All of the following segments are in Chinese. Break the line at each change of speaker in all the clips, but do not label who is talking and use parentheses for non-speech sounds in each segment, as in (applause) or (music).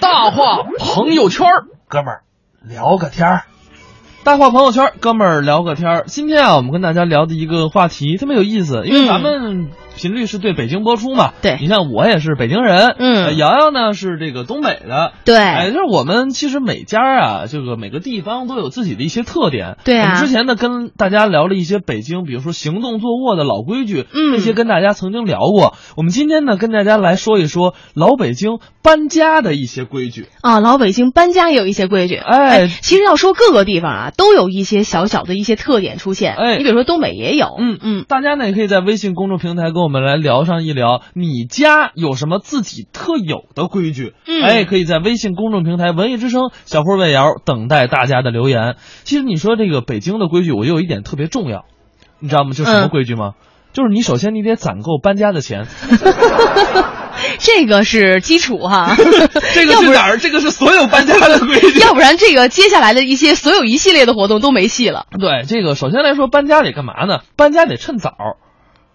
大话朋友圈儿，
哥们儿聊个天儿。
大话朋友圈，哥们儿聊个天儿。今天啊，我们跟大家聊的一个话题特别有意思，因为
嗯
咱们频率是对北京播出嘛。
对
你像我也是北京人，
嗯
呃瑶瑶呢是这个东北的。
对
哎，就是我们其实每家啊，这个每个地方都有自己的一些特点。
对啊
我们之前呢跟大家聊了一些北京，比如说行动坐卧的老规矩，
嗯
这些跟大家曾经聊过。我们今天呢跟大家来说一说老北京搬家的一些规矩。
啊，老北京搬家也有一些规矩。
哎
其实要说各个地方啊，都有一些小小的一些特点出现。
哎
你比如说东北也有，
嗯
嗯， (laughs)
大家呢也可以在微信公众平台跟我们来聊上一聊，你家有什么自己特有的规矩？
嗯
哎，可以在微信公众平台“文艺之声”小慧魏瑶等待大家的留言。其实你说这个北京的规矩，我有一点特别重要，你知道吗？就是什么
嗯
规矩吗？就是你首先你得攒够搬家的
(laughs)
钱，
这个是基础哈。
(laughs) 这个
要
是
不
哪儿？这个是所有搬家的规 (laughs) 矩。
要不然这个接下来的一些所有一系列的活动都没戏了。
对，这个首先来说，搬家得干嘛呢？搬家得趁早。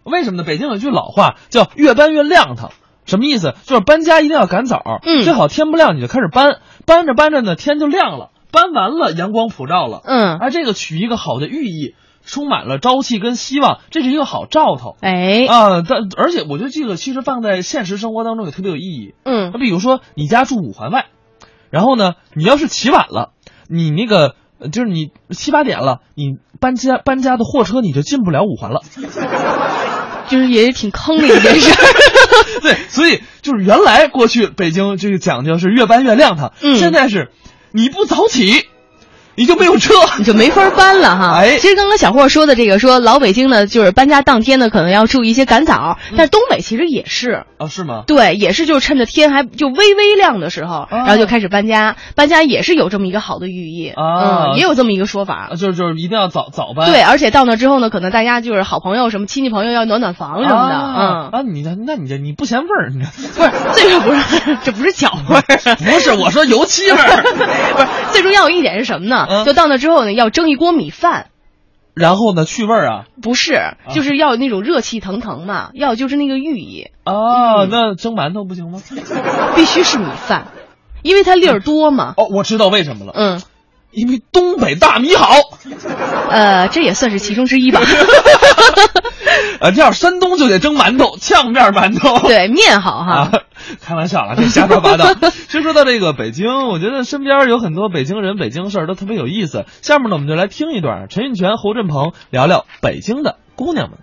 为什么呢？北京有句老话叫“越搬越亮堂”，什么意思？就是搬家一定要赶早，
嗯
最好天不亮你就开始搬，搬着搬着呢，天就亮了，搬完了阳光普照了，啊
嗯，
而这个取一个好的寓意，充满了朝气跟希望，这是一个好兆头。
哎，
啊，但而且我觉得这个其实放在现实生活当中也特别有意义。
嗯
那比如说你家住五环外，然后呢，你要是起晚了，你那个呃就是你七八点了，你搬家搬家的货车你就进不了五环了。
就是也挺坑的一件事儿。
(laughs)
(laughs)
对，所以就是原来过去北京这个讲究是越搬越亮堂，
嗯
现在是你不早起，你就没有车。 (laughs)
你就没法搬了哈。
哎
其实刚刚小霍说的这个，说老北京呢，就是搬家当天呢，可能要注意一些赶早，
嗯
但东北其实也是，
啊，是吗？
对，也是就是趁着天还就微微亮的时候，然后就开始搬家，搬家也是有这么一个好的寓意，
啊
嗯，也有这么一个说法
啊，。就是就是一定要早早搬。
对，而且到那之后呢，可能大家就是好朋友、什么亲戚朋友要暖暖房什么的，
啊
嗯，
啊，你这那你这你不嫌味儿，你这
不是，最重不是，这不是巧味
(laughs)
儿，
不是我说油漆味儿。
不是 (laughs) 最重要的一点是什么呢？
嗯
就到那之后呢，要蒸一锅米饭，
然后呢，去味儿啊。
不是，就是要那种热气腾腾嘛，要就是那个寓意，
哦，那蒸馒头不行吗？
必须是米饭，因为它粒儿多嘛。
(laughs) 哦，我知道为什么了，
嗯，
因为东北大米好。
呃，这也算是其中之一吧。 (laughs)
呃，这要是山东就得蒸馒头，炝面馒头。
(laughs) 对面好
啊
哈，，
开玩笑了，这瞎说八道。 (laughs) 其实说到这个北京，我觉得身边有很多北京人、北京事儿都特别有意思。下面呢，我们就来听一段陈印泉、侯振鹏聊聊北京的姑娘们。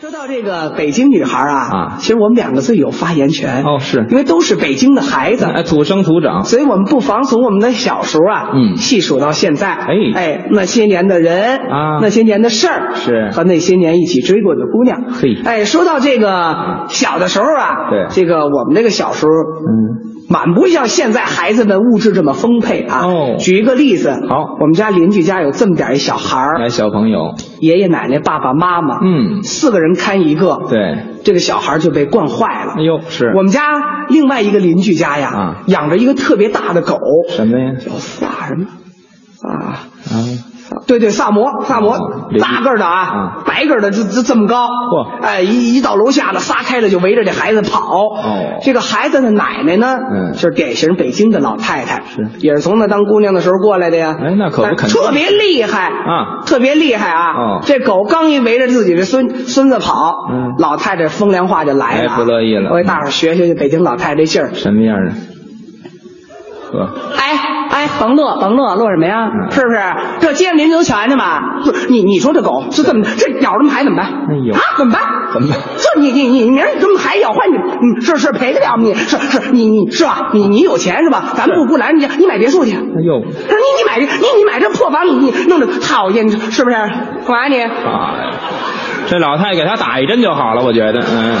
说到这个北京女孩啊，
啊
其实我们两个最有发言权
哦是
因为都是北京的孩子，
哎，土生土长，
所以我们不妨从我们的小时候啊，
嗯
细数到现在，哎
哎
哎，那些年的人
啊
那些年的事儿
是
和那些年一起追过的姑娘，
嘿
哎，说到这个小的时候啊，
对
这个我们那个小时候，
嗯，
满不像现在孩子们物质这么丰沛啊。
哦
举一个例子，
好哎
我们家邻居家有这么点儿一小孩儿，
来小朋友，
爷爷奶奶、爸爸妈妈，
嗯
四个人看一个，
对，
这个小孩就被惯坏了
哎。呦，是
我们家另外一个邻居家呀，
啊
养着一个特别大的狗，
什么呀？
叫萨什么啊？
啊，
对对，萨摩，萨摩
哦，邻居
大个儿的啊
啊，
白个儿的这这这么高，
嚯
哎，一一到楼下呢，撒开了就围着这孩子跑。
哦
这个孩子的奶奶呢，
嗯
就是典型北京的老太太，
是
也是从那当姑娘的时候过来的呀。
哎那可不
但
肯定
特别厉害
啊
特别厉害啊！
哦
这狗刚一围着自己的孙孙子跑，
嗯
老太太风凉话就来了啊，
哎不乐意了
我给大伙儿学学这北京老太太这劲儿。
什么样的？呵，
哎哎，甭乐甭乐，乐什么呀？
嗯
是不是？这街上邻居都瞧见的嘛？不是你你说这狗这怎么这咬这么还怎么办？
哎呦
啊，怎么办？
怎么办
这你你你明儿这么还咬坏你，你是是赔得了吗？你是是你你是吧？你你有钱是吧？咱不不拦人家，你买别墅去。不
哎呦，
是你你买这你你买这破房，你你弄得讨厌，是不是？干嘛你？
啊，这老太太给他打一针就好了，我觉得，嗯，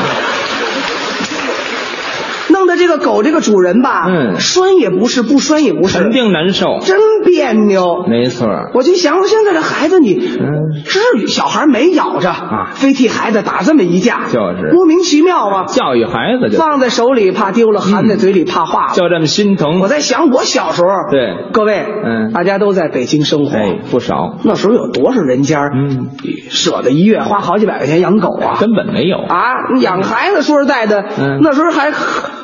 弄得这个狗这个主人吧，
嗯
拴也不是，不拴也不是，
肯定嗯难受，
真别扭。
没错儿，
我就想，我现在这孩子你，
嗯
至于小孩没咬着
啊
非替孩子打这么一架，
就是
莫名其妙啊。
教育孩子就
放在手里怕丢了，含在嘴里怕化了。
就这么心疼
我，在想，我小时候，
对
各位，
嗯
大家都在北京生活，
哎，不少，
那时候有多少人家儿，
嗯
舍得一月花好几百块钱养狗啊？
根本没有，
嗯
啊，养孩子说实在的，
嗯
那时候还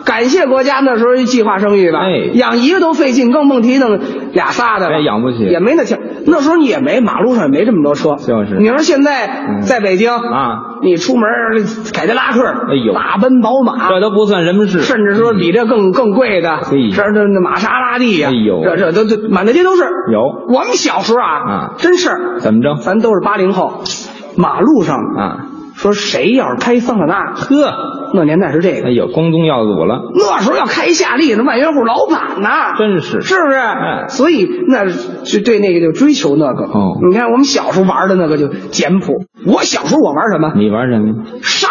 感谢国家那时候计划生育吧，
哎
养一个都费劲，更甭提弄俩仨的了，
哎养不起
也没那钱。那时候你也没马路上也没这么多车，
就是
你说现在
嗯
在北京
啊，
你出门儿凯迪拉克，哎
呦
大奔宝马，
这都不算人事，
甚至说比这更更贵的，
嘿
这这这玛莎拉蒂呀、
哎呦
这这都这满大街都是。
有
我们小时候啊，
啊
真事儿，
怎么着
咱都是八零后，马路上
啊？
说谁要是开桑塔纳，
呵，
那年代是这
哎
个。
呦，光宗耀祖了，
那时候要开一夏利，那万元户老板呐，
真是
是不是？
哎
所以那就对那个就追求那个。
哦
你看我们小时候玩的那个就简朴。我小时候我玩什么？
你玩什么
沙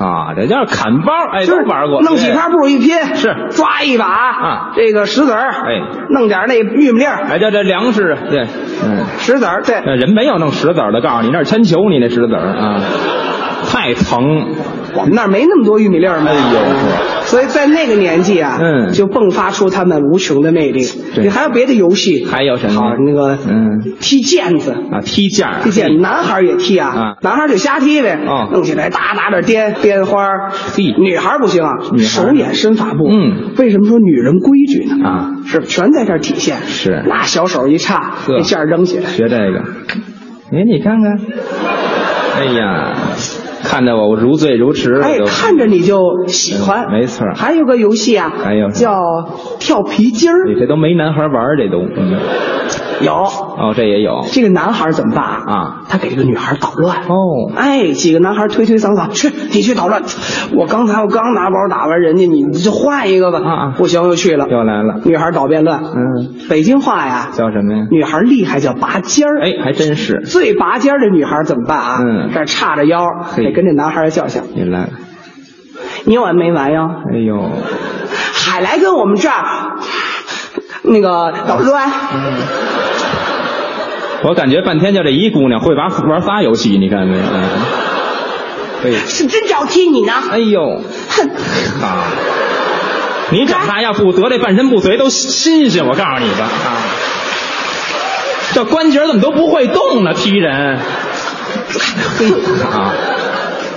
包，
啊？这叫砍包，哎，
就
都
是
玩过，
弄几
对
块，布一拼，
是
抓一把
啊
这个石子儿，
哎，
弄点那玉米粒儿，
哎，叫这粮食，对，嗯，
石子儿，对，
那人没有弄石子儿的，告诉你那是铅球，你那石子儿啊，太疼，
我们那儿没那么多玉米粒儿嘛。
哎呦
所以在那个年纪啊，
嗯
就迸发出他们无穷的魅力。
对
你还有别的游戏？
还有什么
好，那个
嗯
踢毽子。
啊，踢毽儿，
踢毽，男孩儿也踢啊
啊，
男孩儿就瞎踢呗
哦，
弄起来哒拿点颠颠花儿
嘿
女孩儿不行啊，
女孩儿
手眼身法步。
嗯，
为什么说女人规矩呢？
啊，
是不是全在这儿体现。
是
那小手一叉，
呵
那毽儿扔起来。
学这个，哎，你看看，哎呀，看得我如醉如痴了
哎
都，，
看着你就喜欢，
嗯没错儿
还有个游戏啊，
还有什么
叫跳皮筋
你
儿，
这都没男孩玩儿这都，嗯，
有
哦，这也有
这个男孩儿怎么办啊？
啊，
他给这个女孩儿捣乱。
哦，
哎，几个男孩儿推推搡搡，去，你去捣乱。我刚才我刚拿包打完人家，你就换一个吧。
啊啊
不行又去了。
又来了，
女孩儿捣变乱。
嗯，
北京话呀，
叫什么呀？
女孩儿厉害叫拔尖儿。
哎，还真是，
最拔尖儿的女孩儿怎么办啊？
嗯
这儿叉着腰，
嘿
得跟这男孩儿叫嚣，
你来了，
你有完没完呀？
哎呦，
还来跟我们这儿那个捣乱？
嗯我感觉半天就这一姑娘会玩玩仨游戏，你看没？哎，哎
是真找踢你呢？
哎
(laughs)
呦，
哼，
啊！你长大要不得这半身不遂都新鲜，我告诉你吧啊！这关节怎么都不会动呢？踢
(laughs)
人啊！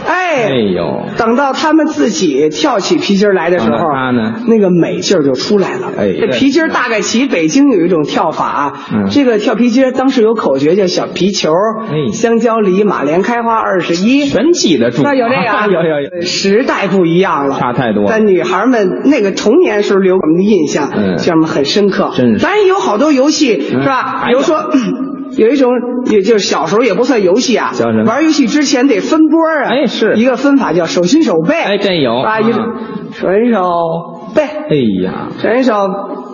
哎
哎。呦，
等到他们自己跳起皮筋儿来的时候，
啊那他呢
那个美劲儿就出来了。
哎
这皮筋儿大概齐，北京有一种跳法啊，
嗯
这个跳皮筋儿当时有口诀叫小皮球、
哎
香蕉梨、马莲开花二十一。
全记得住。
(laughs) 那有这个、
啊
啊，
(laughs) 有有有。
时代不一样了，
差太多了
但女孩们那个童年时候留给我们的印象，
嗯
让我们很深刻。
真是
当然有好多游戏、
嗯
是吧？
还
比
有
如说。 (clears throat) 有一种，也就是小时候也不算游戏啊
叫什，么
玩游戏之前得分波啊。
哎是
一个分法叫手心手背。
哎真有
啊，一
啊
纯手背，
哎呀，
纯手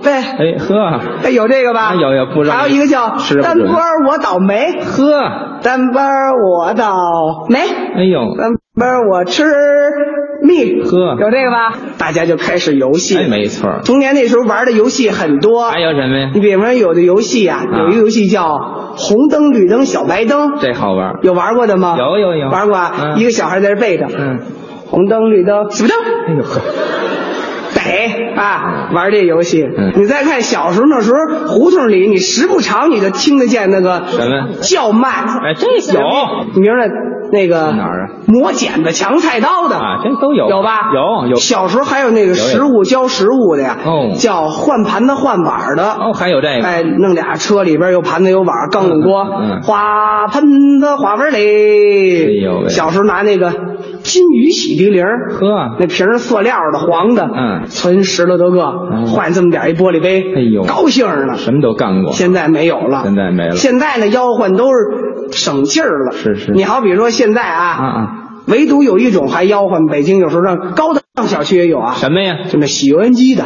背，
哎呵
哎，有这个吧？
啊有有不知道
还有一个叫
吃不
单
准
波我倒霉，
呵，
单波我倒霉。
哎呦，
嗯，不是我吃蜜
呵
有这个吧？大家就开始游戏。
哎没错儿。
童年那时候玩的游戏很多。
还有什么呀
你？比方有的游戏啊，
啊
有一个游戏叫红灯、绿灯、小白灯，
这好玩儿。
有玩过的吗？
有有有
玩过啊！
嗯
一个小孩在这背着，
嗯，
红灯、绿灯、什么灯？
哎呦呵，
得啊，玩这游戏。
嗯
你再看小时候那时候胡同里，你时不常你就听得见那个
什么
叫卖。
哎这有
你比如那那个
哪儿啊
磨剪子、抢菜刀的
啊，这都有
有吧？
有有
小时候还有那
有
个
有
食物教食物的呀，
哦
叫换盘子换碗儿的。
哦，还有这个
哎，弄俩车里边有盘子有碗儿，钢镚锅
嗯嗯，
花盆子花盆里。
哎呦喂
小时候拿那个金鱼洗涤灵儿，
呵
那瓶儿塑料的黄的，
嗯哦
存十来多个，换这么点儿一玻璃杯，
哎呦
高兴儿呢。
什么都干过。
现在没有了，
现在没了
现在呢，吆喝都是省劲儿了。
是是
你好比说现在啊，
啊啊
唯独有一种还吆喝，北京有时候让高档小区也有啊，
什么呀？
就那洗油烟机的，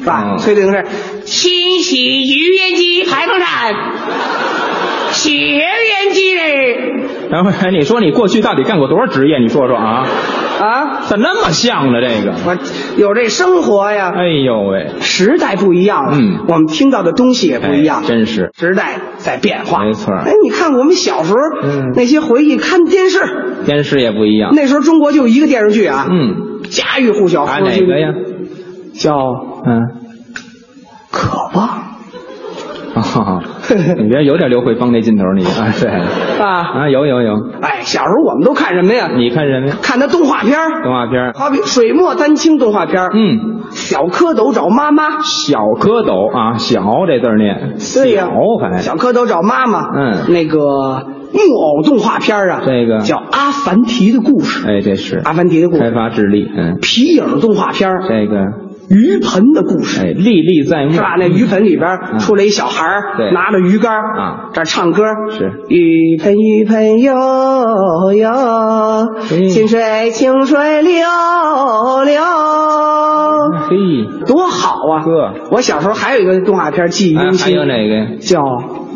是吧？
嗯
推电动车，清洗油烟机排风扇，洗油烟机嘞，
然后哎，你说你过去到底干过多少职业？你说说啊，
啊，
咋那么像呢？这个，
我有这生活呀。
哎呦喂，
时代不一样了，
嗯
我们听到的东西也不一样，
哎真是
时代在变化，
没错
哎，你看我们小时候、
嗯
那些回忆，看电视，
电视也不一样。
那时候中国就一个电视剧啊，，
嗯，
家喻户晓，
打
说
哪啊
句
个呀？
叫
嗯，
渴望。
啊， (laughs) 你别有点刘慧芳那劲头儿，你 (laughs) 啊，对
啊。
啊，有有有，
哎，小时候我们都看什么呀？
你看什么呀？
看的动画片儿
动画片儿
好比水墨丹青动画片儿
嗯，
小蝌蚪找妈妈，
小蝌蚪啊，小这字儿念，
对呀、
小
小
还
蝌蚪找妈妈，
嗯
那个木偶动画片儿啊，
这个
叫《阿凡提的故事》，
哎，这是
阿凡提的故
开
事，
发智力，嗯，
皮影动画片儿，
这个
鱼盆的故事。
哎历历在目，
是吧？那鱼盆里边
嗯
儿出来一小孩儿
对
拿着鱼竿儿
啊
这儿唱歌。
是
鱼盆鱼盆哟
嗯
哟，清水清水溜溜，
嗯嘿，
多好啊！
呵
我小时候还有一个动画片儿记忆
哎
犹
还
新，
有哪个？
叫《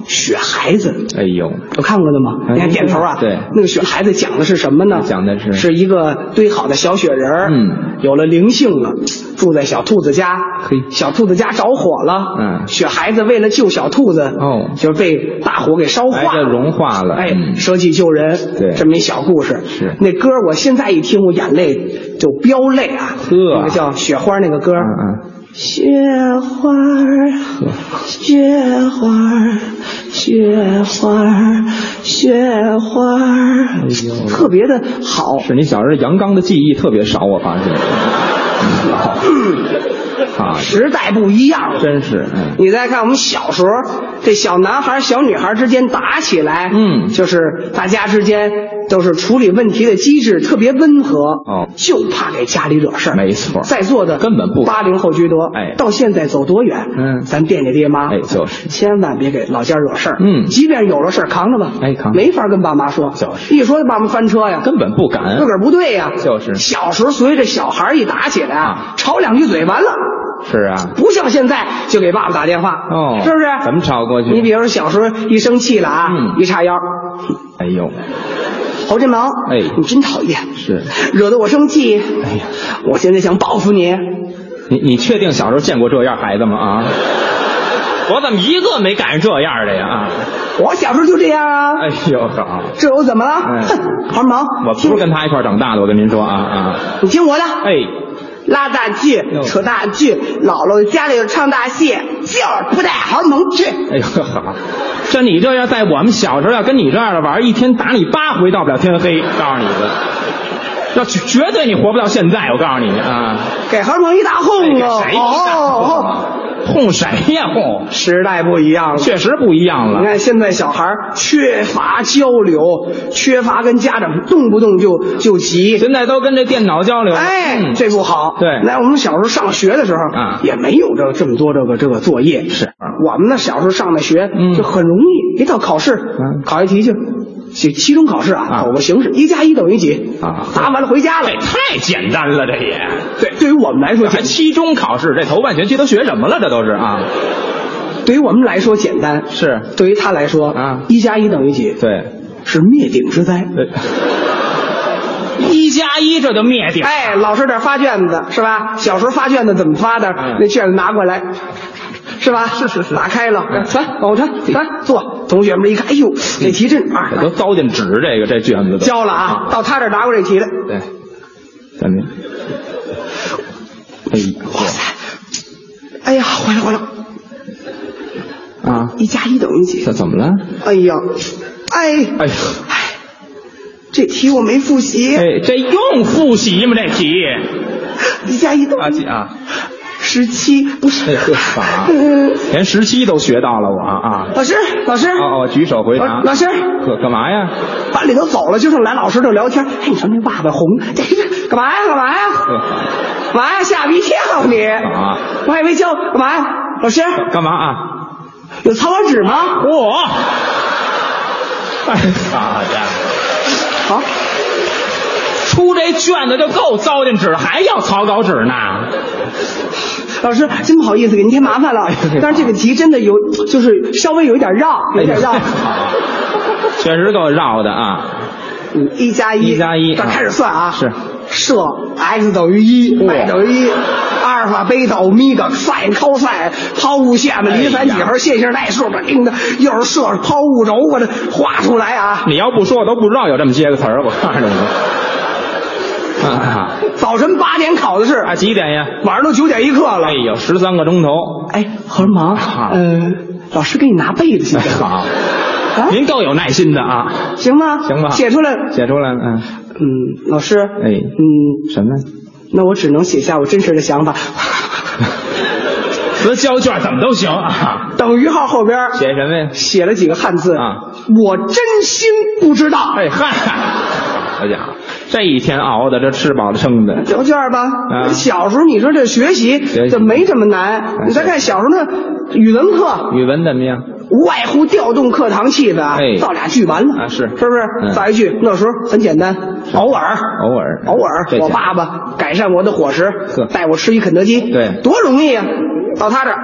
雪孩子》。
哎呦，
有看过的吗？
哎
你看点头啊。
对
那个雪孩子讲的是什么呢？
讲的是
是一个堆好的小雪人儿
嗯，
有了灵性了，住在小兔子家。
嘿
小兔子家着火了，
嗯
雪孩子为了救小兔子，
哦
就是被大火给烧
哎，
化
这
了。
融化了，
哎
嗯，
舍己救人，
对
这么一小故事。
是
那歌儿我现在一听，我眼泪就飙泪啊！
呵
那个叫《雪花》那个歌儿，
嗯嗯，
雪花儿，雪花儿，雪花儿，雪花儿，
哎
特别的好。
是你小时候阳刚的记忆特别少，我发
(laughs)
现，啊，
时代不一样了。
真是，嗯，
你再看我们小时候，这小男孩、小女孩之间打起来，
嗯
就是大家之间都是处理问题的机制特别温和，
哦
就怕给家里惹事儿。
没错
在座的
根本不
八零后居多，
哎
到现在走多远？
嗯
咱惦记爹妈，
哎就是
千万别给老家惹事儿。
嗯
即便有了事儿，扛着吧，
哎扛
没法跟爸妈说，
就是
一说爸妈翻车呀，
根本不敢，
自个儿不对呀，
就是
小时候随着小孩一打起来
啊
啊，吵两句嘴完了。
是啊，
不像现在就给爸爸打电话，
哦
是不是？
怎么吵过去
你比如说小时候一生气了啊，
嗯
一叉腰，
哎呦，
侯金毛，
哎
你真讨厌，
是
惹得我生气，哎呀，我现在想报复你，
你你确定小时候见过这样孩子吗？
(laughs)
啊，我怎么一个没赶上这样的呀？啊，
我小时候就这样啊，
哎呦好，
这又怎么了？
哎
哼，黄毛，
我不是跟他一块儿长大的，我跟您说啊啊，
你听我的，
哎，
拉大锯
哟，
扯大锯，姥姥家里有唱大戏，就是不太好能去。
哎呦好，像你这样，在我们小时候要跟你这样的玩，一天打你八回到不了天黑，告诉你的，那绝绝对你活不到现在，我告诉你啊，
给何鹏一大
哎
哄
给
哦，
谁
哦，
哄谁呀哄？
时代不一样了。
确实不一样
你
了，
看现在小孩儿缺乏交流，缺乏跟家长动不动就就急，
现在都跟这电脑交流了，
哎，
嗯
这不好。
对
那我们小时候上学的时候
啊
也没有这这么多这个这个作业。
是
我们呢小时候上的学
嗯
就很容易，一到考试
嗯
考一题就。期期中考试
啊
啊，走个形式，一加一等于几
啊
答完了回家了
这。太简单了，这也。
对，对于我们来说
这还
简，
期中考试，这头半学期都学什么了？这都是啊，
对于我们来说简单，
是
对于他来说
啊
一加一等于几
对，
是灭顶之灾。
一加一这就灭顶。
哎，老师这儿发卷子是吧？小时候发卷子怎么发的？
嗯
那卷子拿过来，是吧？是是是，打开了，
嗯
传往后传，传坐。同学们一看，哎呦，这题真二，
这都糟践纸，这个这卷子都
交了啊！
嗯
到他这儿拿过这题来，
对，咱们，哎呦
哎呀，回来回来，
啊，
一加一等于几
这？怎么了？
哎呀，哎，
哎呦，
这题我没复习，
哎，这用复习吗？这题
一加一等于
姐啊，
十七，不
哎
是
呵法。
嗯
(laughs) 连十七都学到了我啊啊！
(laughs) 老师，老师，
哦哦，举手回答。
老老师
可干嘛呀？
班里头走了，就剩俩老师这聊天。哎，你说那爸爸红，这这干嘛呀？干
呵
嘛呀？
法
干嘛呀？吓我一跳你！
啊
我还没教干嘛呀？老师
干嘛啊？
有草稿纸吗？
我，哎，好家伙，
好，
出这卷子就够糟践纸，还要草稿纸呢。
老师真不好意思给您添麻烦了。但是这个题真的有，就是稍微有一点绕，有一点绕。
哎 (laughs) 确实够绕的啊！
嗯一加一，
一加一
这
啊
开始算啊。
是。
设 x 等于一，y 等于一，阿尔法、贝塔、欧米伽、sin、cos、抛物线
哎
嘛，离散几何、线性代数嘛，叮的又是设抛物轴嘛，这画出来啊。
你要不说，我都不知道有这么些个词儿。我告诉你， (laughs) 啊
早晨八点考的试，
啊，几点呀？
晚上都九点一刻了
哎。呦，十三个钟头，
哎，何忙
啊？
呃，老师给你拿被子去。
哎好，
啊，
(laughs) 您够有耐心的啊。
行吗？
行吧
写出来。
写出来了，嗯，
嗯，老师，
哎
嗯，
什么呀？
那我只能写下我真实的
(laughs)
想法。
词交卷怎么都行啊。
等于号后边
写什么呀？
写了几个汉字
啊，
我真心不知道。
哎嗨，好家伙，这一天熬的，这吃饱了撑的，
留卷吧。
啊
小时候你说这学习
学习哎
这没这么难，你再看小时候那语文课，
语文怎么样？
无外乎调动课堂气氛啊，
哎
造俩句完了
啊是
是不是？
嗯
造一句，那时候很简单，偶尔。
偶尔，
偶尔，
这
我
家
爸爸改善我的伙食
呵，
带我吃一肯德基，
对
多容易啊！到他这儿，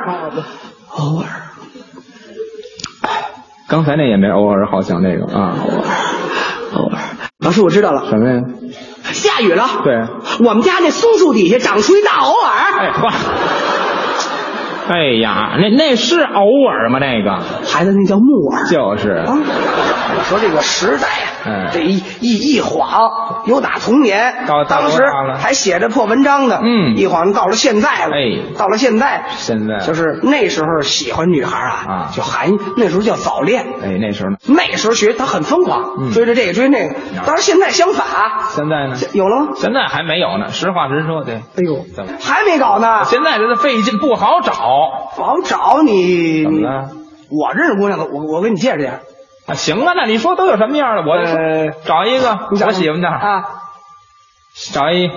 偶尔
刚才那也没偶尔，好像那个啊，
偶尔。老师，我知道了，
什么呀？
下雨了。
对
我们家那松树底下长出一大藕
哎
耳。
哇，哎呀，那那是偶尔吗？那个
孩子，那叫木耳。
就是
啊，你说这个时代啊，
哎
这一一一晃，有打童年
到到
当时
多大了
还写着破文章呢，
嗯
一晃到了现在了，
哎
到了现在，
现在
就是那时候喜欢女孩啊
啊，
就含那时候叫早恋。
哎，那时候呢？
那时候学他很疯狂，
嗯
追着这个追那个。当然现在相反，啊
现在呢？
有了吗？
现在还没有呢。实话实说，对，
哎呦
怎么，
还没搞呢，
现在这个费劲，不好找。
不好找你。
怎么了？
我认识姑娘，我我给你介绍介绍。
啊，行啊，那你说都有什么样的？我
呃
找一个
你找
我喜欢的，
啊，
找一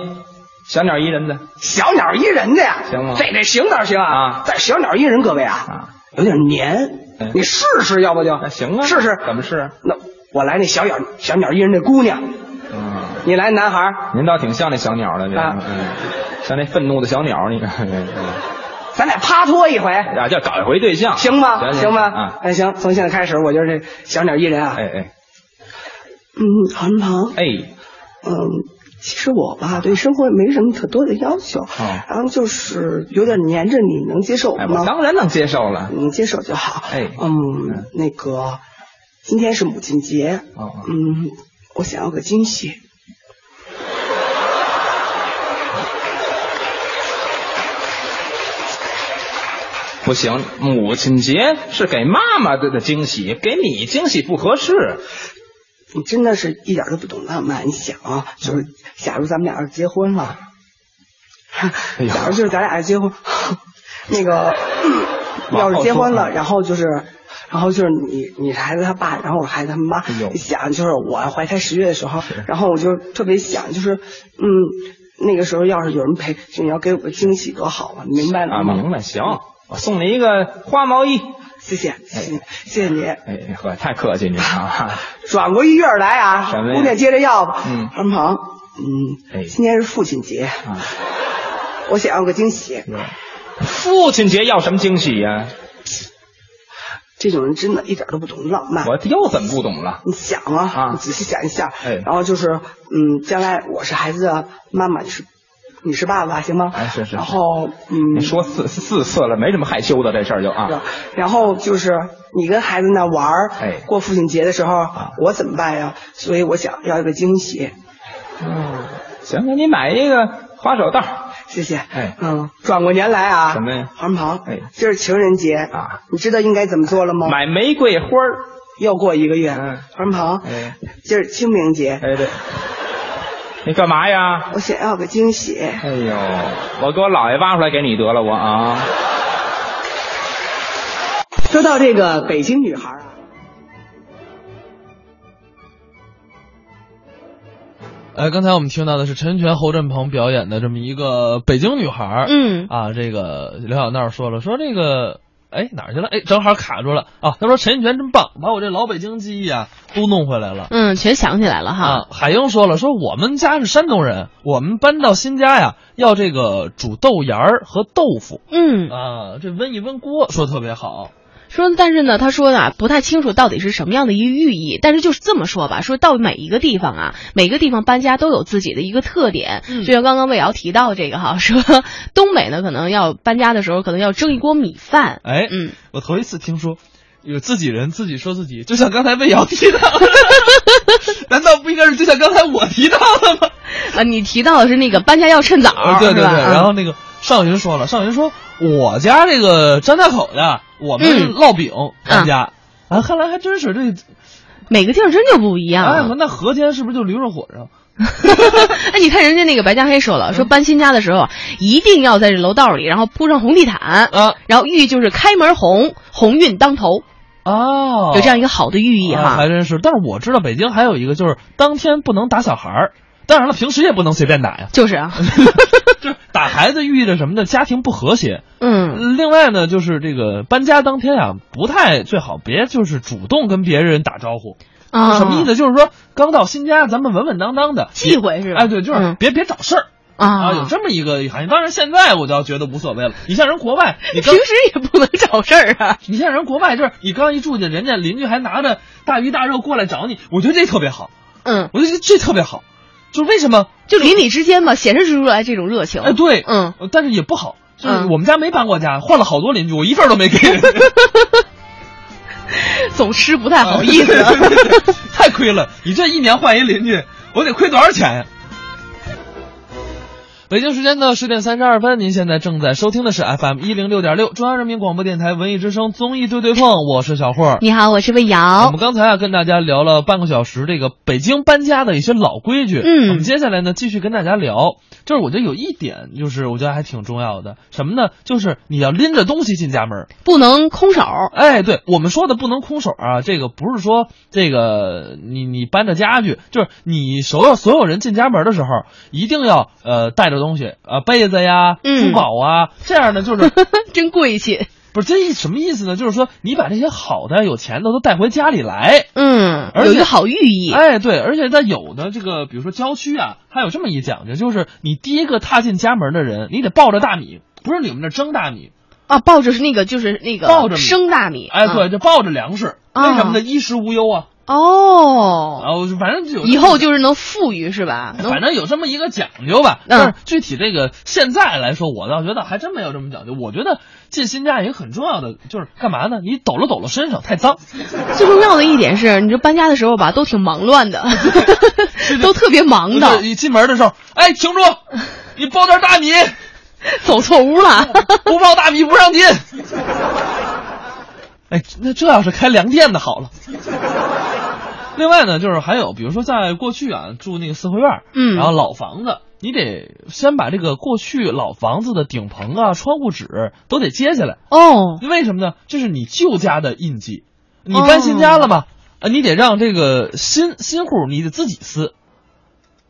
小鸟依人的
小鸟依人的呀，
行吗
这得行倒行
啊
但小鸟依人，各位啊，
啊。
有点黏
哎，
你试试，要不就
那行啊，
试试
怎么试？
那我来那小鸟小鸟依人那姑娘，
嗯，
你来男孩儿，
您倒挺像那小鸟的，这个
啊
嗯，像那愤怒的小鸟，你看，嗯
咱俩啪拖一回，
啊，叫找一回对象，
行吗？
行
行吗
啊？，
哎，行，从现在开始，我就是这小鸟依人啊。
哎哎
嗯，韩鹏，
哎，
嗯，其实我吧对生活也没什么特多的要求，然后就是有点黏着你，能接受
哦哎，
吗
我？当然能接受了。
你接受就好。
哎
嗯，那个，今天是母亲节，
哦哦
嗯，我想要个惊喜。
不行，母亲节是给妈妈的的惊喜，给你惊喜不合适。
你真的是一点都不懂浪漫。你想啊，就是假如咱们俩要结婚了，
哎呦
假如就是咱俩要结婚，那个
往后
要是结婚
说
了，
啊
然后就是，然后就是你你是孩子他爸，然后我是孩子他妈
哎呦，
你想就是我怀胎十月的时候，然后我就特别想就是嗯。那个时候要是有人陪，就你要给我个惊喜多好啊！你明白了
啊，
吗？
明白，行，我送你一个花毛衣。
谢谢，谢谢，谢谢你。
哎，呵，太客气您了 (laughs) 啊。
转过一月儿来啊
什么，呀
姑娘接着要吧。
嗯
韩鹏，
哎啊
嗯，今天是父亲节，我想要个惊喜。
父亲节要什么惊喜呀、
这种人真的一点都不懂浪漫。
我又怎么不懂了？
你想啊，
啊
你仔细想一下。
哎
然后就是，嗯，将来我是孩子的妈妈，你是你是爸爸，行吗？
哎是是是
然后，嗯
你，说四四次了，没什么害羞的这事儿就啊。
然后就是你跟孩子那玩儿，
哎啊
过父亲节的时候，我怎么办呀？所以我想要一个惊喜。
嗯行，给你买一个花手袋。
谢谢。
哎
嗯，转过年来啊，
什么呀
韩鹏，
哎
今儿情人节
啊，
你知道应该怎么做了吗？
买玫瑰花儿，
又过一个月，
嗯
韩鹏，
哎
今儿清明节，
哎对，你干嘛呀？
我想要个惊喜。
哎呦，我给我姥爷挖出来给你得了，我啊。
说到这个北京女孩啊，
呃，刚才我们听到的是陈泉、侯振鹏表演的这么一个北京女孩儿，
嗯
啊，这个刘小闹说了，说这个。哎，哪儿去了？哎，正好卡住了啊！他说陈泉真棒，把我这老北京记忆啊都弄回来了。
嗯，全想起来了哈。
啊，海英说了，说我们家是山东人，我们搬到新家呀，要这个煮豆芽儿和豆腐
嗯，
啊，这温一温锅，说得特别好。
说但是呢，他说呢不太清楚到底是什么样的一个寓意，但是就是这么说吧，说到每一个地方啊，每个地方搬家都有自己的一个特点，
嗯
就像刚刚魏瑶提到这个哈，说东北呢可能要搬家的时候可能要蒸一锅米饭，
哎，
嗯，
我头一次听说有自己人自己说自己，就像刚才魏瑶提到
(laughs)
的，难道不应该是就像刚才我提到的吗？
啊，你提到的是那个搬家要趁早，
啊，对对
是嗯
对，
吧？
然后那个尚云说了，尚云说我家这个张家口的我们
嗯
烙饼搬家，啊，看来还真是这，
每个地儿真就不一样啊、
哎， (laughs) 那河间是不是就驴肉火烧？
那 (laughs) 你看人家那个白加黑说
嗯
了，说搬新家的时候一定要在这楼道里，然后铺上红地毯，
啊
然后寓意就是开门红，鸿运当头，
哦，
有这样一个好的寓意
啊还
哈。
真是。但是我知道北京还有一个就是当天不能打小孩儿，当然了，平时也不能随便
(laughs)
打呀。
就是
(laughs)
啊，
就是打孩子寓意着什么呢？家庭不和谐。
嗯，
另外呢，就是这个搬家当天啊，不太最好别就是主动跟别人打招呼。
啊，
什么意？思？就是说刚到新家，咱们稳稳当当的，
忌讳是吧
哎，对，就是
嗯
别别找事儿。啊，有
啊，
这么一个含义。当然，现在我倒觉得无所谓了。你像人国外，
(laughs)
你
平
刚，
时也不能找事儿
(laughs)
啊。
你像人国外，就是你刚一住进，人家邻居还拿着大鱼大肉过来找你，我觉得这特别好，
嗯，
我觉得这特别好。就为什么？
就邻里之间嘛，显示出来这种热情。
哎，对，
嗯，
呃，但是也不好。就是
嗯
我们家没搬过家，换了好多邻居，我一份儿都没给
(laughs)
人家，
总吃不太好意思。
啊对对对对 (laughs) 太亏了。你这一年换一邻居，我得亏多少钱呀？北京时间的十点三十二分，您现在正在收听的是 FM 一零六点六，中央人民广播电台文艺之声综艺对对碰，我是小霍。
(laughs) 你好，我是魏
我
瑶
们。刚才啊跟大家聊了半个小时这个北京搬家的一些老规矩，
嗯
我们接下来呢继续跟大家聊，就是我觉得有一点就是我觉得还挺重要的，什么呢？就是你要拎着东西进家门儿，
不能空手。 (laughs)
哎，对我们说的不能空手啊，这个不是说这个你你搬着家具，就是你所有所有人进家门的时候，一定要呃带着东西，呃被子呀、
嗯
珠宝啊，这样呢就是
(laughs) 真贵气。
不是这意什么意思呢？就是说你把这些好的、有钱的都带回家里来。
嗯，
而且
有一个好寓意。
哎，对，而且在有的这个，比如说郊区啊，还有这么一讲究，就是你第一个踏进家门的人，你得抱着大米，不是你们那蒸大米，
啊，抱着是那个，就是那个
抱着米
生大米。
哎，
啊
对，就抱着粮食，为什么呢？衣食无忧啊，
哦，
啊，我就反正就有
以后
就。
就是能富裕是吧？能
反正有这么一个讲究吧，
嗯
但是具体这个现在来说，我倒觉得还真没有这么讲究。我觉得进新家有一个很重要的就是干嘛呢？你抖了抖了身上太脏，
最重要的一点是，你这搬家的时候吧，都挺忙乱的， (laughs) 都特别忙
就是
的，
一进门的时候，哎，停住，你包点大米，
走错屋
(laughs)
了。
不包大米不让进。哎，那这要是开粮店的好了。另外呢，就是还有，比如说在过去啊，住那个四合院儿，
嗯
然后老房子，你得先把这个过去老房子的顶棚啊、窗户纸都得揭下来。
哦，
为什么呢？这是你旧家的印记，你搬新家了嘛？啊，你得让这个新新户你得自己撕，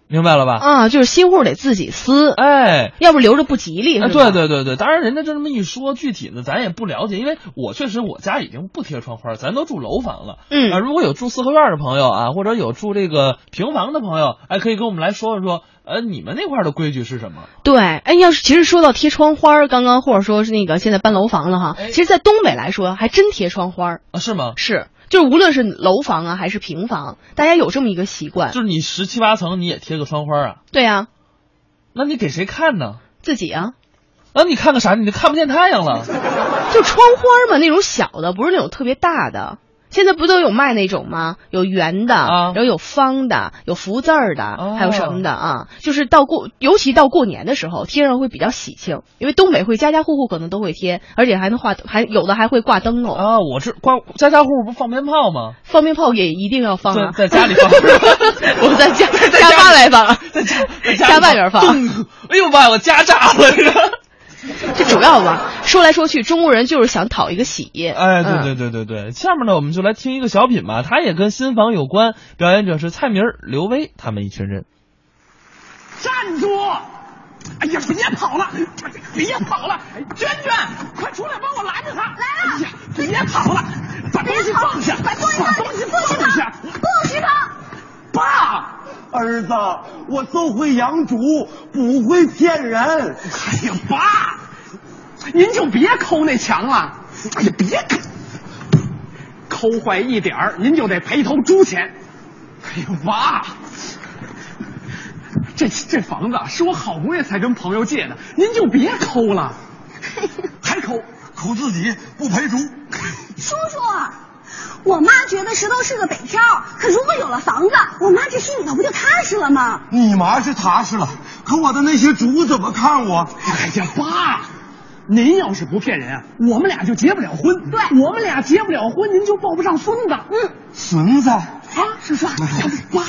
明白了吧？
啊，就是新户得自己撕，
哎。
要不留着不吉利。
哎，
是吧
对对对对，当然人家就这么一说，具体呢咱也不了解，因为我确实我家已经不贴窗花，咱都住楼房了。啊，
嗯，
如果有住四合院的朋友啊，或者有住这个平房的朋友，哎，可以跟我们来说说，呃，你们那块儿的规矩是什么？
对，哎，要是其实说到贴窗花儿，刚刚或者说是那个现在搬楼房了哈，
哎
其实，在东北来说还真贴窗花儿，
啊，是吗？
是，就是无论是楼房啊还是平房，大家有这么一个习惯。
就是你十七八层你也贴个窗花啊？
对啊，
那你给谁看呢？
自己啊，
啊，你看个啥？你就看不见太阳了。
就窗花嘛，那种小的，不是那种特别大的。现在不都有卖那种吗？有圆的，
啊
然后有方的，有福字儿的，
哦
还有什么的啊？就是到过，尤其到过年的时候，贴上会比较喜庆，因为东北会家家户户可能都会贴，而且还能画，还有的还会挂灯笼，
啊，我这挂家家户户不放鞭炮吗？
放鞭炮也一定要放啊，
在在家里放
(laughs) 我在家
家里
家外放，
在
(laughs)
家在
家外边放。
咚 (laughs) 哎呦妈，我家炸了！
这主要吧，说来说去，中国人就是想讨一个喜。
哎，
嗯
对对对对对，下面呢，我们就来听一个小品吧，它也跟新房有关，表演者是蔡明儿、刘威他们一群人。
站住！哎呀，别跑了，别跑了！娟娟，快出来帮我拦着他！来了！哎呀，别跑了，把东西放下，把东西放下，不许他，不许他！爸，
儿子，我都会养猪，不会骗人。
哎呀，爸，您就别抠那墙了。哎呀，别抠，抠坏一点儿，您就得赔头猪钱。哎呀，爸，这这房子啊是我好不容易才跟朋友借的，您就别抠了，还抠。
抠自己不陪猪，
叔叔，我妈觉得石头是个北漂，可如果有了房子，我妈这心里头不就踏实了吗？
(laughs) 你妈是踏实了，可我的那些猪怎么看我？
哎呀，爸，
您要是不骗人啊，我们俩就结不了婚。
对
我们俩结不了婚，您就抱不上孙子。嗯，孙子啊，叔叔，爸，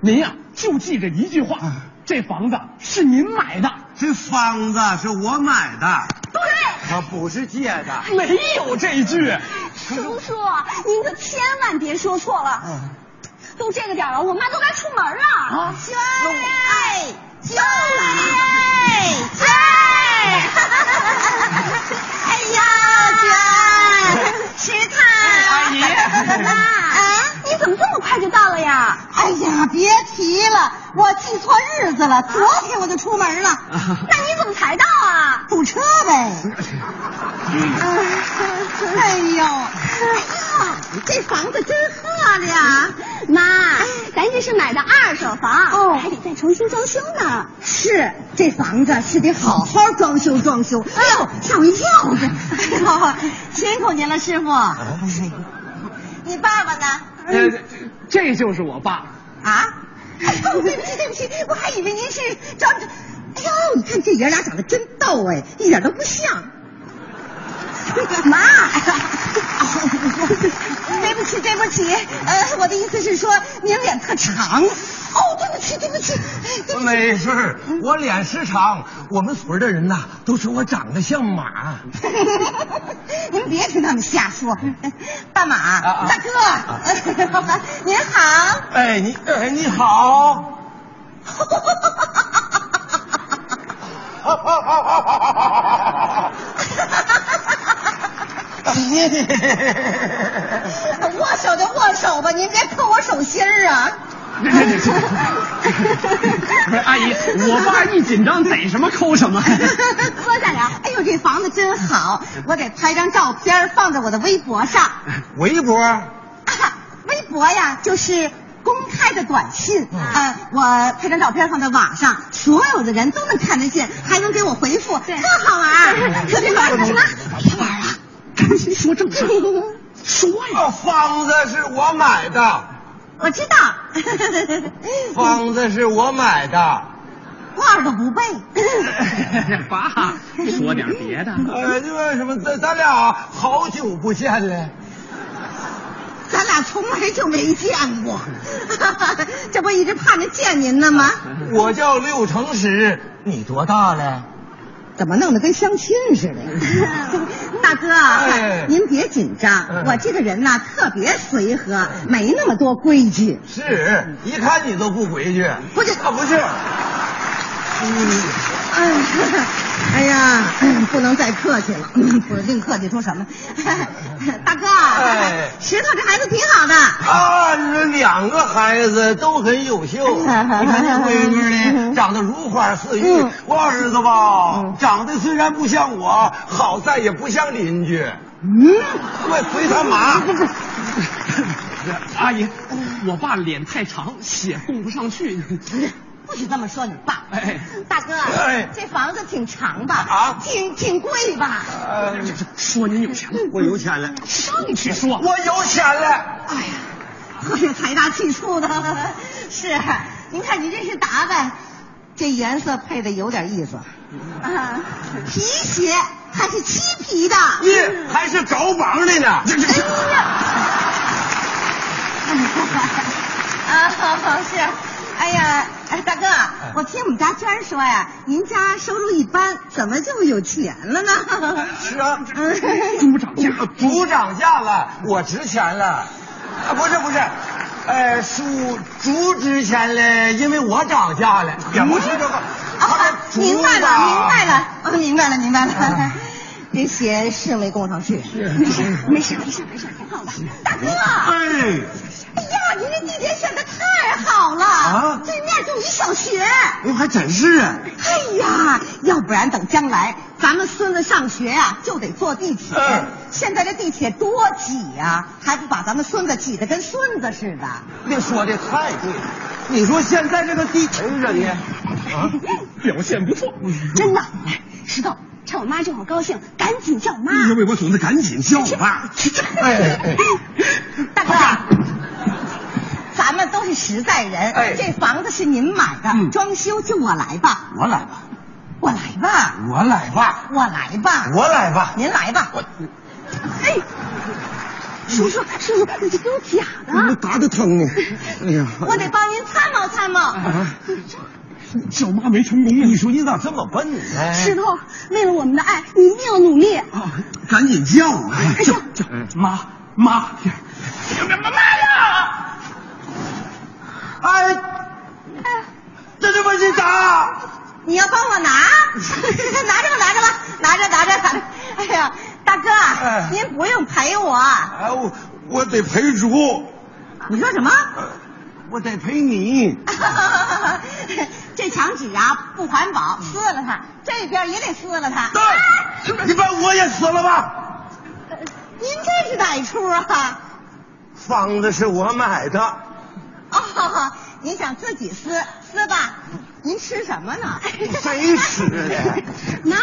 您呀、就记着一句话，这房子是您买的，
这房子是我买的，
对，
我不是借的。
没有这句。
叔叔，您可千万别说错了。都这个点儿了，我妈都该出门了。嗯啊，娟儿，哎，娟儿，娟儿，哎呀，娟儿，吃它。哎阿姨，妈，啊，你怎么这么快就到了呀？哎呀，别提了，我记错日子了，昨天我就出门了。那你怎么才到啊？堵车呗。哎呦，哎呀，这房子真漂亮！妈，咱这是买的二手房，哦，还得再重新装修呢。是，这房子是得好好装修装修。哎呦，吓我一跳！啊 (laughs) 辛苦您了，师傅。你爸爸呢？
呃，这这就是我爸。
啊？ (laughs) 对不起，对不起，我还以为您是找着。哎呦，你看这爷俩长得真逗哎，一点都不像。妈，对不起，对不起，呃，我的意思是说您脸特长。哦，对不起，对不起，对不起。
没事儿，
嗯
我脸时长，我们村儿的人呐都说我长得像马。
(laughs) 您别听他们瞎说，
嗯
大马、
啊
大 (laughs) 哥，您好。
哎，你哎你好，
(laughs) 握手就握手吧，您别扣我手心儿
(laughs)
啊！ (laughs)
这这这不是阿姨，我爸一紧张逮什么抠什么。
说下呀，哎呦，这房子真好，我得拍张照片儿放在我的微博上。
微博
啊，微博呀，就是公开的短信。呃，我拍张照片放在网上，所有的人都能看得见，还能给我回复，特好玩儿。可别玩儿什么？别玩儿啊！
赶紧说正事。
说
啊
呀，房子是我买的，
嗯
我知道， (laughs)
房子是我买的。
腕儿都不背。
哎爸， (laughs) 说点别的。
呃，那个什么，咱咱俩好久不见了。
咱俩从来就没见过， (laughs) 这不一直盼着见您呢吗？
(laughs) 我叫六成石，你多大了？
怎么弄得跟相亲似的？ (laughs) 大哥，
哎
您别紧张，
嗯
我这个人呐、特别随和，没那么多规矩。
是，一看你都不规矩。
不是
啊，不是，
嗯，哎呀，嗯不能再客气了，嗯不是净客气出什么？ (laughs) 大哥，
哎
石头这孩子挺好的。
啊，你说两个孩子都很优秀。 (laughs) 你看这闺女 (laughs) 呢，长得如花似玉。
嗯
我儿子吧，长得虽然不像我，好在也不像邻居。
嗯，
我随他 (laughs) 妈。
阿姨，我爸脸太长，血供不上去。
不许这么说你爸。
哎
大哥，
哎
这房子挺长吧？
啊
挺挺贵吧？嗯
呃，
说您有钱了，
我有钱了，
上去说。
我有钱了。
哎呀，特别财大气粗的，是。您看您这是打扮，这颜色配的有点意思。啊，皮鞋还是漆皮的。
咦，还是高帮的呢。
哎呀！啊，是，哎呀，哎，大哥，我听我们家娟儿说呀，您家收入一般，怎么就有钱了呢？
是啊，
嗯，
猪涨价了，我值钱了，啊，不是不是，呃，猪猪值钱了，因为我涨价了，也不是这个，
啊，
猪
明白了，
吧
明白了，啊，明白了，明白了。这鞋是没供上去，没事，没事，没事，挺好的。大哥，哎
哎，
呀，您这地点选的太好了，
啊
对面就有一小学。
哎，还真是啊，
哎呀，要不然等将来咱们孙子上学呀、就得坐地铁。
嗯
现在这地铁多挤呀、还不把咱们孙子挤得跟孙子似的。
你说的太对了，你说现在这个地，哎人呢？
表现不错。
哎真的，来石头，趁我妈这会儿高兴，赶紧叫妈。
为我孙子赶紧叫我爸，哎哎，
大哥，咱们都是实在人，
哎嗯
这房子是您买的，装修就我来吧。
我来吧，
我来吧，
我来吧，
我来吧，
我来吧，
您来吧。我，哎，叔叔，叔叔，你这给我假
我
的，
打的疼呢。哎呀，
我得帮您参谋参谋。
叫妈没成功啊！
你说你咋这么笨呢？
石头，为了我们的爱，你一定要努力。
啊，赶紧叫啊！
哎呀，
妈妈，
哎，这他妈是咋？
你要帮我拿， (laughs) 拿着吧，拿着吧，拿着，拿着，拿着。 (laughs) 哎呀，大哥，
哎
您不用陪我。
哎，我我得陪猪，
你说什么？
我得陪你。
(laughs) 这墙纸啊不环保，撕了它，这边也得撕了它。
对，你把我也撕了吧。
您这是哪出啊？
房子是我买的，
哦，您想自己撕撕吧？您吃什么
(laughs)
呢？
谁吃
(laughs)
的？
妈，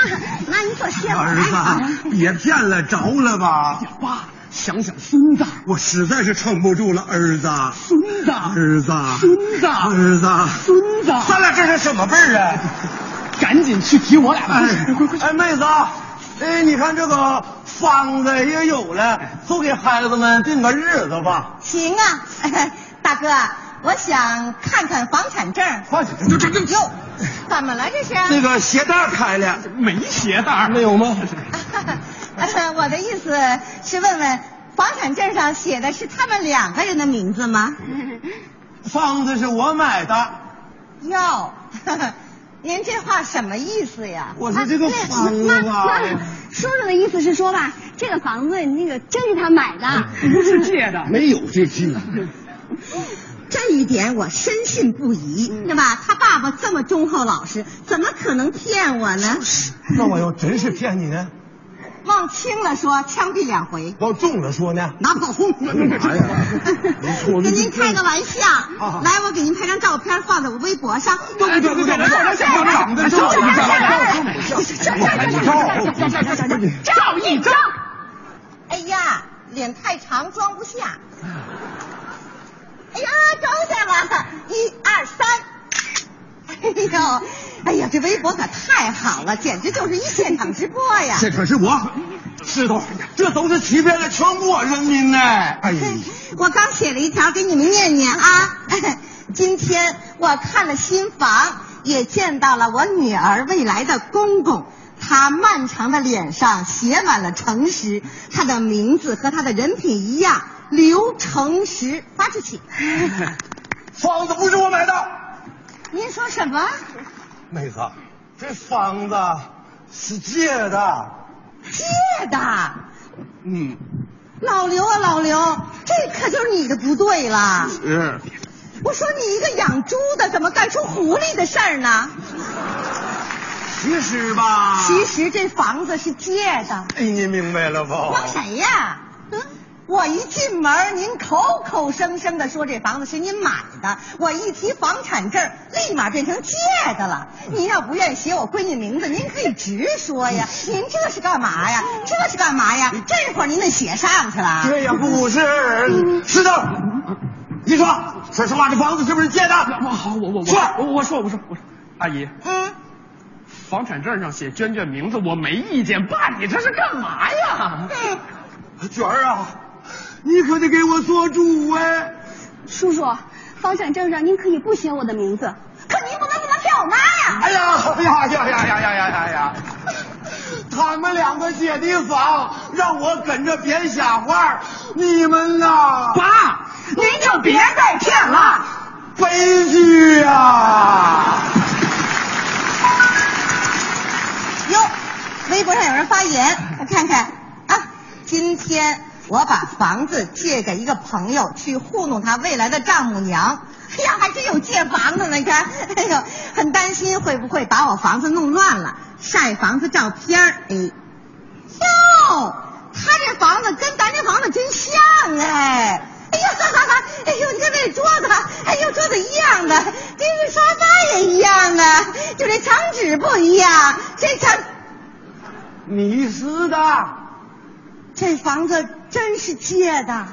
妈，您可谢我
儿
了。
子，哎啊别骗了，着了吧？
哎爸，想想孙子，
我实在是撑不住了，儿子，
孙子，
儿子，
孙子
儿子，
孙子，
咱俩这是什么辈儿啊？
赶紧去提我俩吧！
哎
快快快，
哎，妹子，哎，你看这个方子也有了，都给孩子们定个日子吧。
(laughs) 行啊，大哥，我想看看房产证。
快，就这这
哟，怎么了这是？
那个鞋带开了，
没鞋带儿
没有吗？
呃 (laughs) 我的意思是问问，房产证上写的是他们两个人的名字吗？
方子是我买的，
哟，您这话什么意思呀？
我说这个房子吧，
叔叔的意思是说吧，这个房子那个真是他买的，
不是借的。
没有这句。
啊
这一点我深信不疑。对吧？他爸爸这么忠厚老实，怎么可能骗我呢？
那我要真是骗你呢？
往轻了说，枪毙两回。
要重了说呢？
拿跑轰！
哎呀，没错
跟您开个玩笑
啊，
来，我给您拍张照片放在我微博上。
对对对对对，我这长得照一照，
照一张。哎呀，脸太长装不下。哎呀，装下了，一二三。哎呦，哎呀，这微博可太好了，简直就是一现场直播呀！
这可是我，石头，这都是欺骗了全国人民呢。哎呀，
(laughs) 我刚写了一条给你们念念啊。 (laughs) 今天我看了新房，也见到了我女儿未来的公公。他漫长的脸上写满了诚实，他的名字和他的人品一样，刘诚实。发出去。
房子不是我买的，
您说什么？
妹子，这房子是借的。
借的？
嗯，
老刘啊，老刘，这可就是你的不对了。
是。
我说你一个养猪的，怎么干出狐狸的事儿呢？
其实吧，
其实这房子是借的。
哎，您明白了吧？
光谁呀？嗯，我一进门，您口口声声的说这房子是您买的，我一提房产证，立马变成借的了。您要不愿意写我闺女名字，您可以直说呀。您这是干嘛呀？这是干嘛呀？这会儿您得写上去了。
这也不是，石头，你说，说实话，这房子是不是借
我
的？
好，我我我
说
我我说我说我说，阿姨，
嗯，
房产证上写娟娟名字，我没意见。爸，你这是干嘛呀？
娟儿啊，你可得给我做主哎！
叔叔，房产证上您可以不写我的名字，可您不能这么骗我妈呀！
哎呀呀呀呀呀呀呀呀呀！他们两个姐弟房，让我跟着编瞎话，你们呐，
爸，
您就别再骗了。
悲剧啊！
哟，微博上有人发言，我看看啊。今天我把房子借给一个朋友去糊弄他未来的丈母娘。哎呀，还真有借房的呢！你看，哎呦，很担心会不会把我房子弄乱了，晒房子照片儿。哎，哟，他这房子跟咱这房子真像哎！哎呦，哈哈哈！哎呦，你看这桌子，哎呦，桌子一样的，这个沙发也一样啊，就这墙纸不一样，这墙
你是的，
这房子真是借的。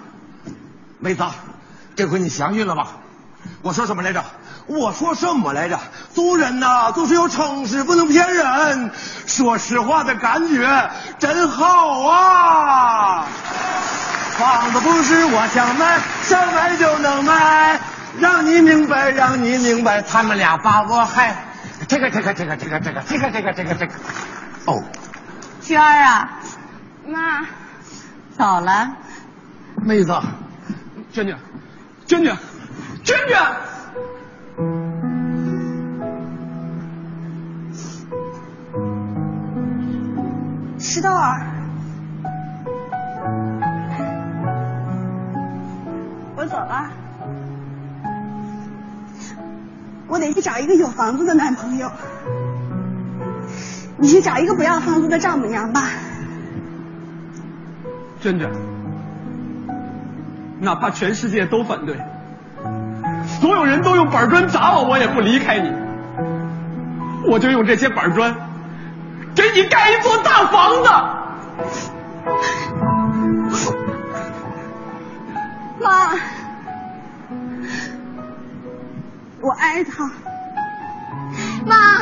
妹子，这回你相信了吧？我说什么来着？我说什么来着？做人呐、就是要诚实，不能骗人。说实话的感觉真好啊！房子不是我想买，想买就能买，让你明白，让你明白，他们俩把我害。这个这个这个这个这个这个这个这个这个，哦，
娟儿啊，妈，走了。
妹子，
娟娟，娟娟，
娟娟，
石头儿，我走了，我得去找一个有房子的男朋友。你去找一个不要房子的丈母娘吧。
娟娟，哪怕全世界都反对，所有人都用板砖砸我，我也不离开你。我就用这些板砖，给你盖一座大房子。
妈，我爱他。妈，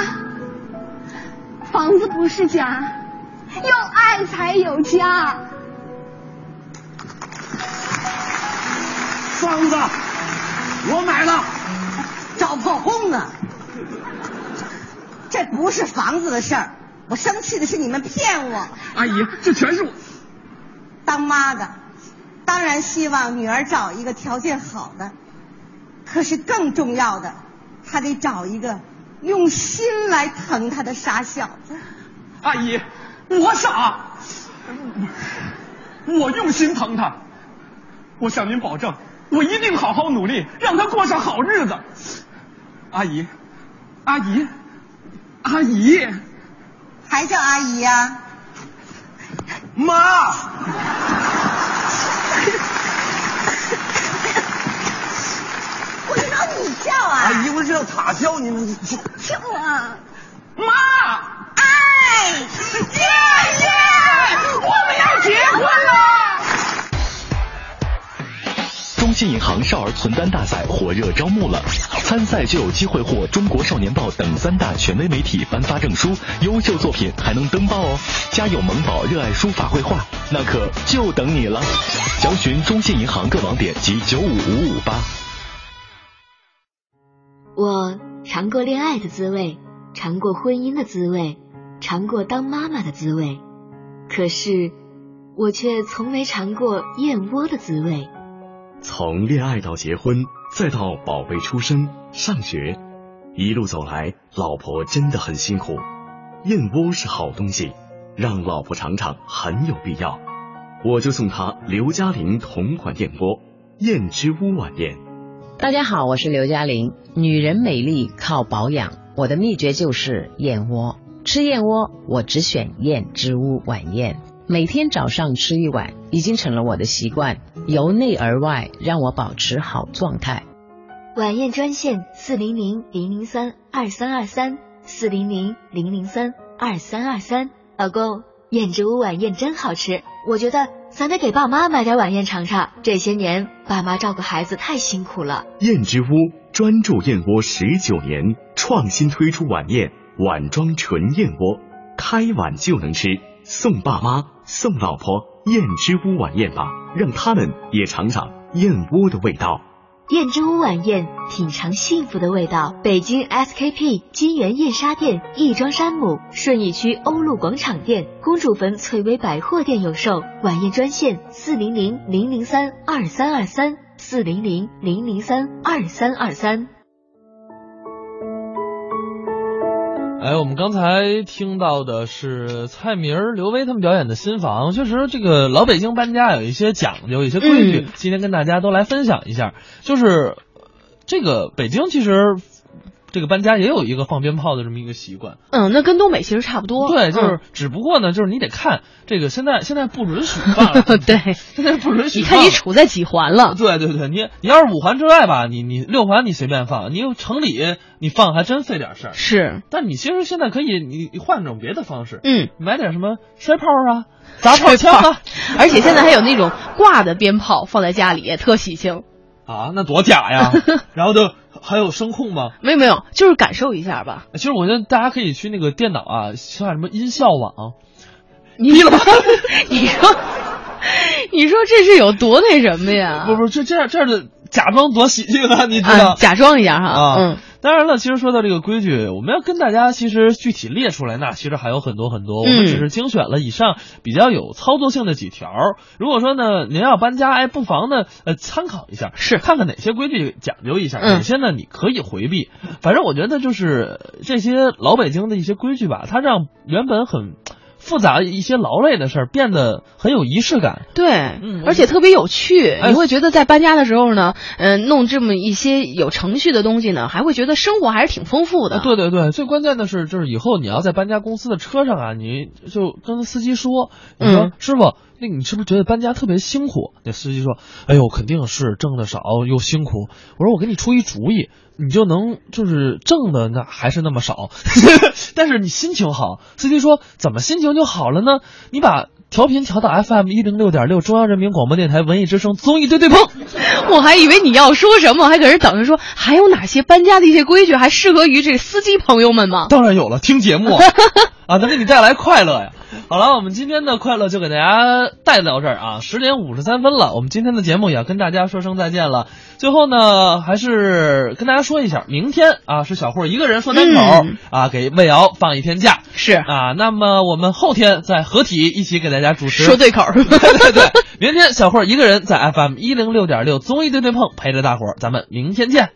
房子不是家，有爱才有家。
房子我买了，
找破工呢。这不是房子的事儿，我生气的是你们骗我。
阿姨，这全是我。
当妈的，当然希望女儿找一个条件好的，可是更重要的，她得找一个用心来疼她的傻小子。
阿姨，我傻，我用心疼他，我向您保证，我一定好好努力，让他过上好日子。阿姨，阿姨，阿姨，
还叫阿姨呀、
妈，
我知道你叫啊，
阿姨，我知道他叫你们，就
叫啊，
妈。
哎，爷爷，我们要结婚了。
中信银行少儿存单大赛火热招募了，参赛就有机会获《中国少年报》等三大权威媒体颁发证书，优秀作品还能登报哦。家有萌宝热爱书法绘画，那可就等你了。详询中信银行各网点及九五五五八。
我尝过恋爱的滋味，尝过婚姻的滋味，尝过当妈妈的滋味，可是我却从没尝过燕窝的滋味。
从恋爱到结婚，再到宝贝出生、上学，一路走来，老婆真的很辛苦。燕窝是好东西，让老婆尝尝很有必要。我就送她刘嘉玲同款燕窝——燕之屋晚宴。
大家好，我是刘嘉玲。女人美丽靠保养，我的秘诀就是燕窝。吃燕窝，我只选燕之屋晚宴，每天早上吃一碗，已经成了我的习惯，由内而外让我保持好状态。
晚宴专线四零零零零三二三二三四零零零零三二三二三。老公，燕之屋晚宴真好吃，我觉得咱得给爸妈买点晚宴尝尝。这些年爸妈照顾孩子太辛苦了。
燕之屋专注燕窝十九年，创新推出晚宴碗装纯燕窝，开碗就能吃，送爸妈送老婆燕之屋晚宴吧，让他们也尝尝燕窝的味道。
燕之屋晚宴，品尝幸福的味道。北京 SKP 金源燕莎店、亦庄山姆、顺义区欧陆广场店、公主坟翠微百货店有售。晚宴专线：四零零零零三二三二三，四零零零零三二三二三。
哎，我们刚才听到的是蔡明儿、刘威他们表演的新房。确实，这个老北京搬家有一些讲究，有一些规
嗯
矩。今天跟大家都来分享一下，就是呃这个北京其实这个搬家也有一个放鞭炮的这么一个习惯。
嗯，那跟东北其实差不多。
对，就是
嗯、，
只不过呢，就是你得看这个现在现在不允许放了
(laughs) 嗯对
现在不允许
你
放了。
看你啊处在几环了？
对对对，你你要是五环之外吧，你你六环你随便放，你有城里你放还真费点事儿。
是，
但你其实现在可以，你你换种别的方式，
嗯，
买点什么摔炮
(laughs)
啊、砸炮枪 (laughs) 啊，
而且现在还有那种挂的鞭炮放在家里也特喜庆。
(laughs) 啊，那多假呀！然后就还有声控吗？
没有没有，就是感受一下吧。
其实我觉得大家可以去那个电脑啊，下什么音效网、
啊你
逼了吧？
(laughs) 你说，你说这是有多那什么呀？
不不，这这样这样的假装多喜庆啊，你知道？
啊，假装一下哈。
啊，
嗯，
当然了，其实说到这个规矩，我们要跟大家其实具体列出来，那其实还有很多很
嗯
多，我们只是精选了以上比较有操作性的几条。如果说呢您要搬家，哎，不妨呢呃参考一下，
是
看看哪些规矩讲究一下，
嗯
哪些呢你可以回避。反正我觉得就是呃这些老北京的一些规矩吧，它让原本很。复杂一些劳累的事儿变得很有仪式感，
对，
我
而且特别有趣。
嗯哎
你会觉得在搬家的时候呢，嗯、弄这么一些有程序的东西呢，还会觉得生活还是挺丰富的。
啊对对对，最关键的是，就是以后你要在搬家公司的车上啊，你就跟司机说，你说、
嗯
师傅，那你是不是觉得搬家特别辛苦？那司机说，哎呦，肯定是挣的少又辛苦。我说我给你出一主意，你就能就是挣的那还是那么少， (laughs) 但是你心情好。司机说怎么心情就好了呢？你把。调频调到 FM 一零六点六，中央人民广播电台文艺之声综艺对对碰。
我还以为你要说什么，我还搁这等着说还有哪些搬家的一些规矩，还适合于这司机朋友们吗？
当然有了，听节
(laughs)
目啊，能给你带来快乐呀。好了，我们今天的快乐就给大家带到这儿啊，十点五十三分了，我们今天的节目也要跟大家说声再见了。最后呢，还是跟大家说一下，明天啊是小霍一个人说单口、
嗯
啊，给魏瑶放一天假
是
啊。那么我们后天再合体一起给大家主持
说对口儿。
对对对，明天小霍一个人在 FM 一零六点六综艺对对碰陪着大伙儿，咱们明天见。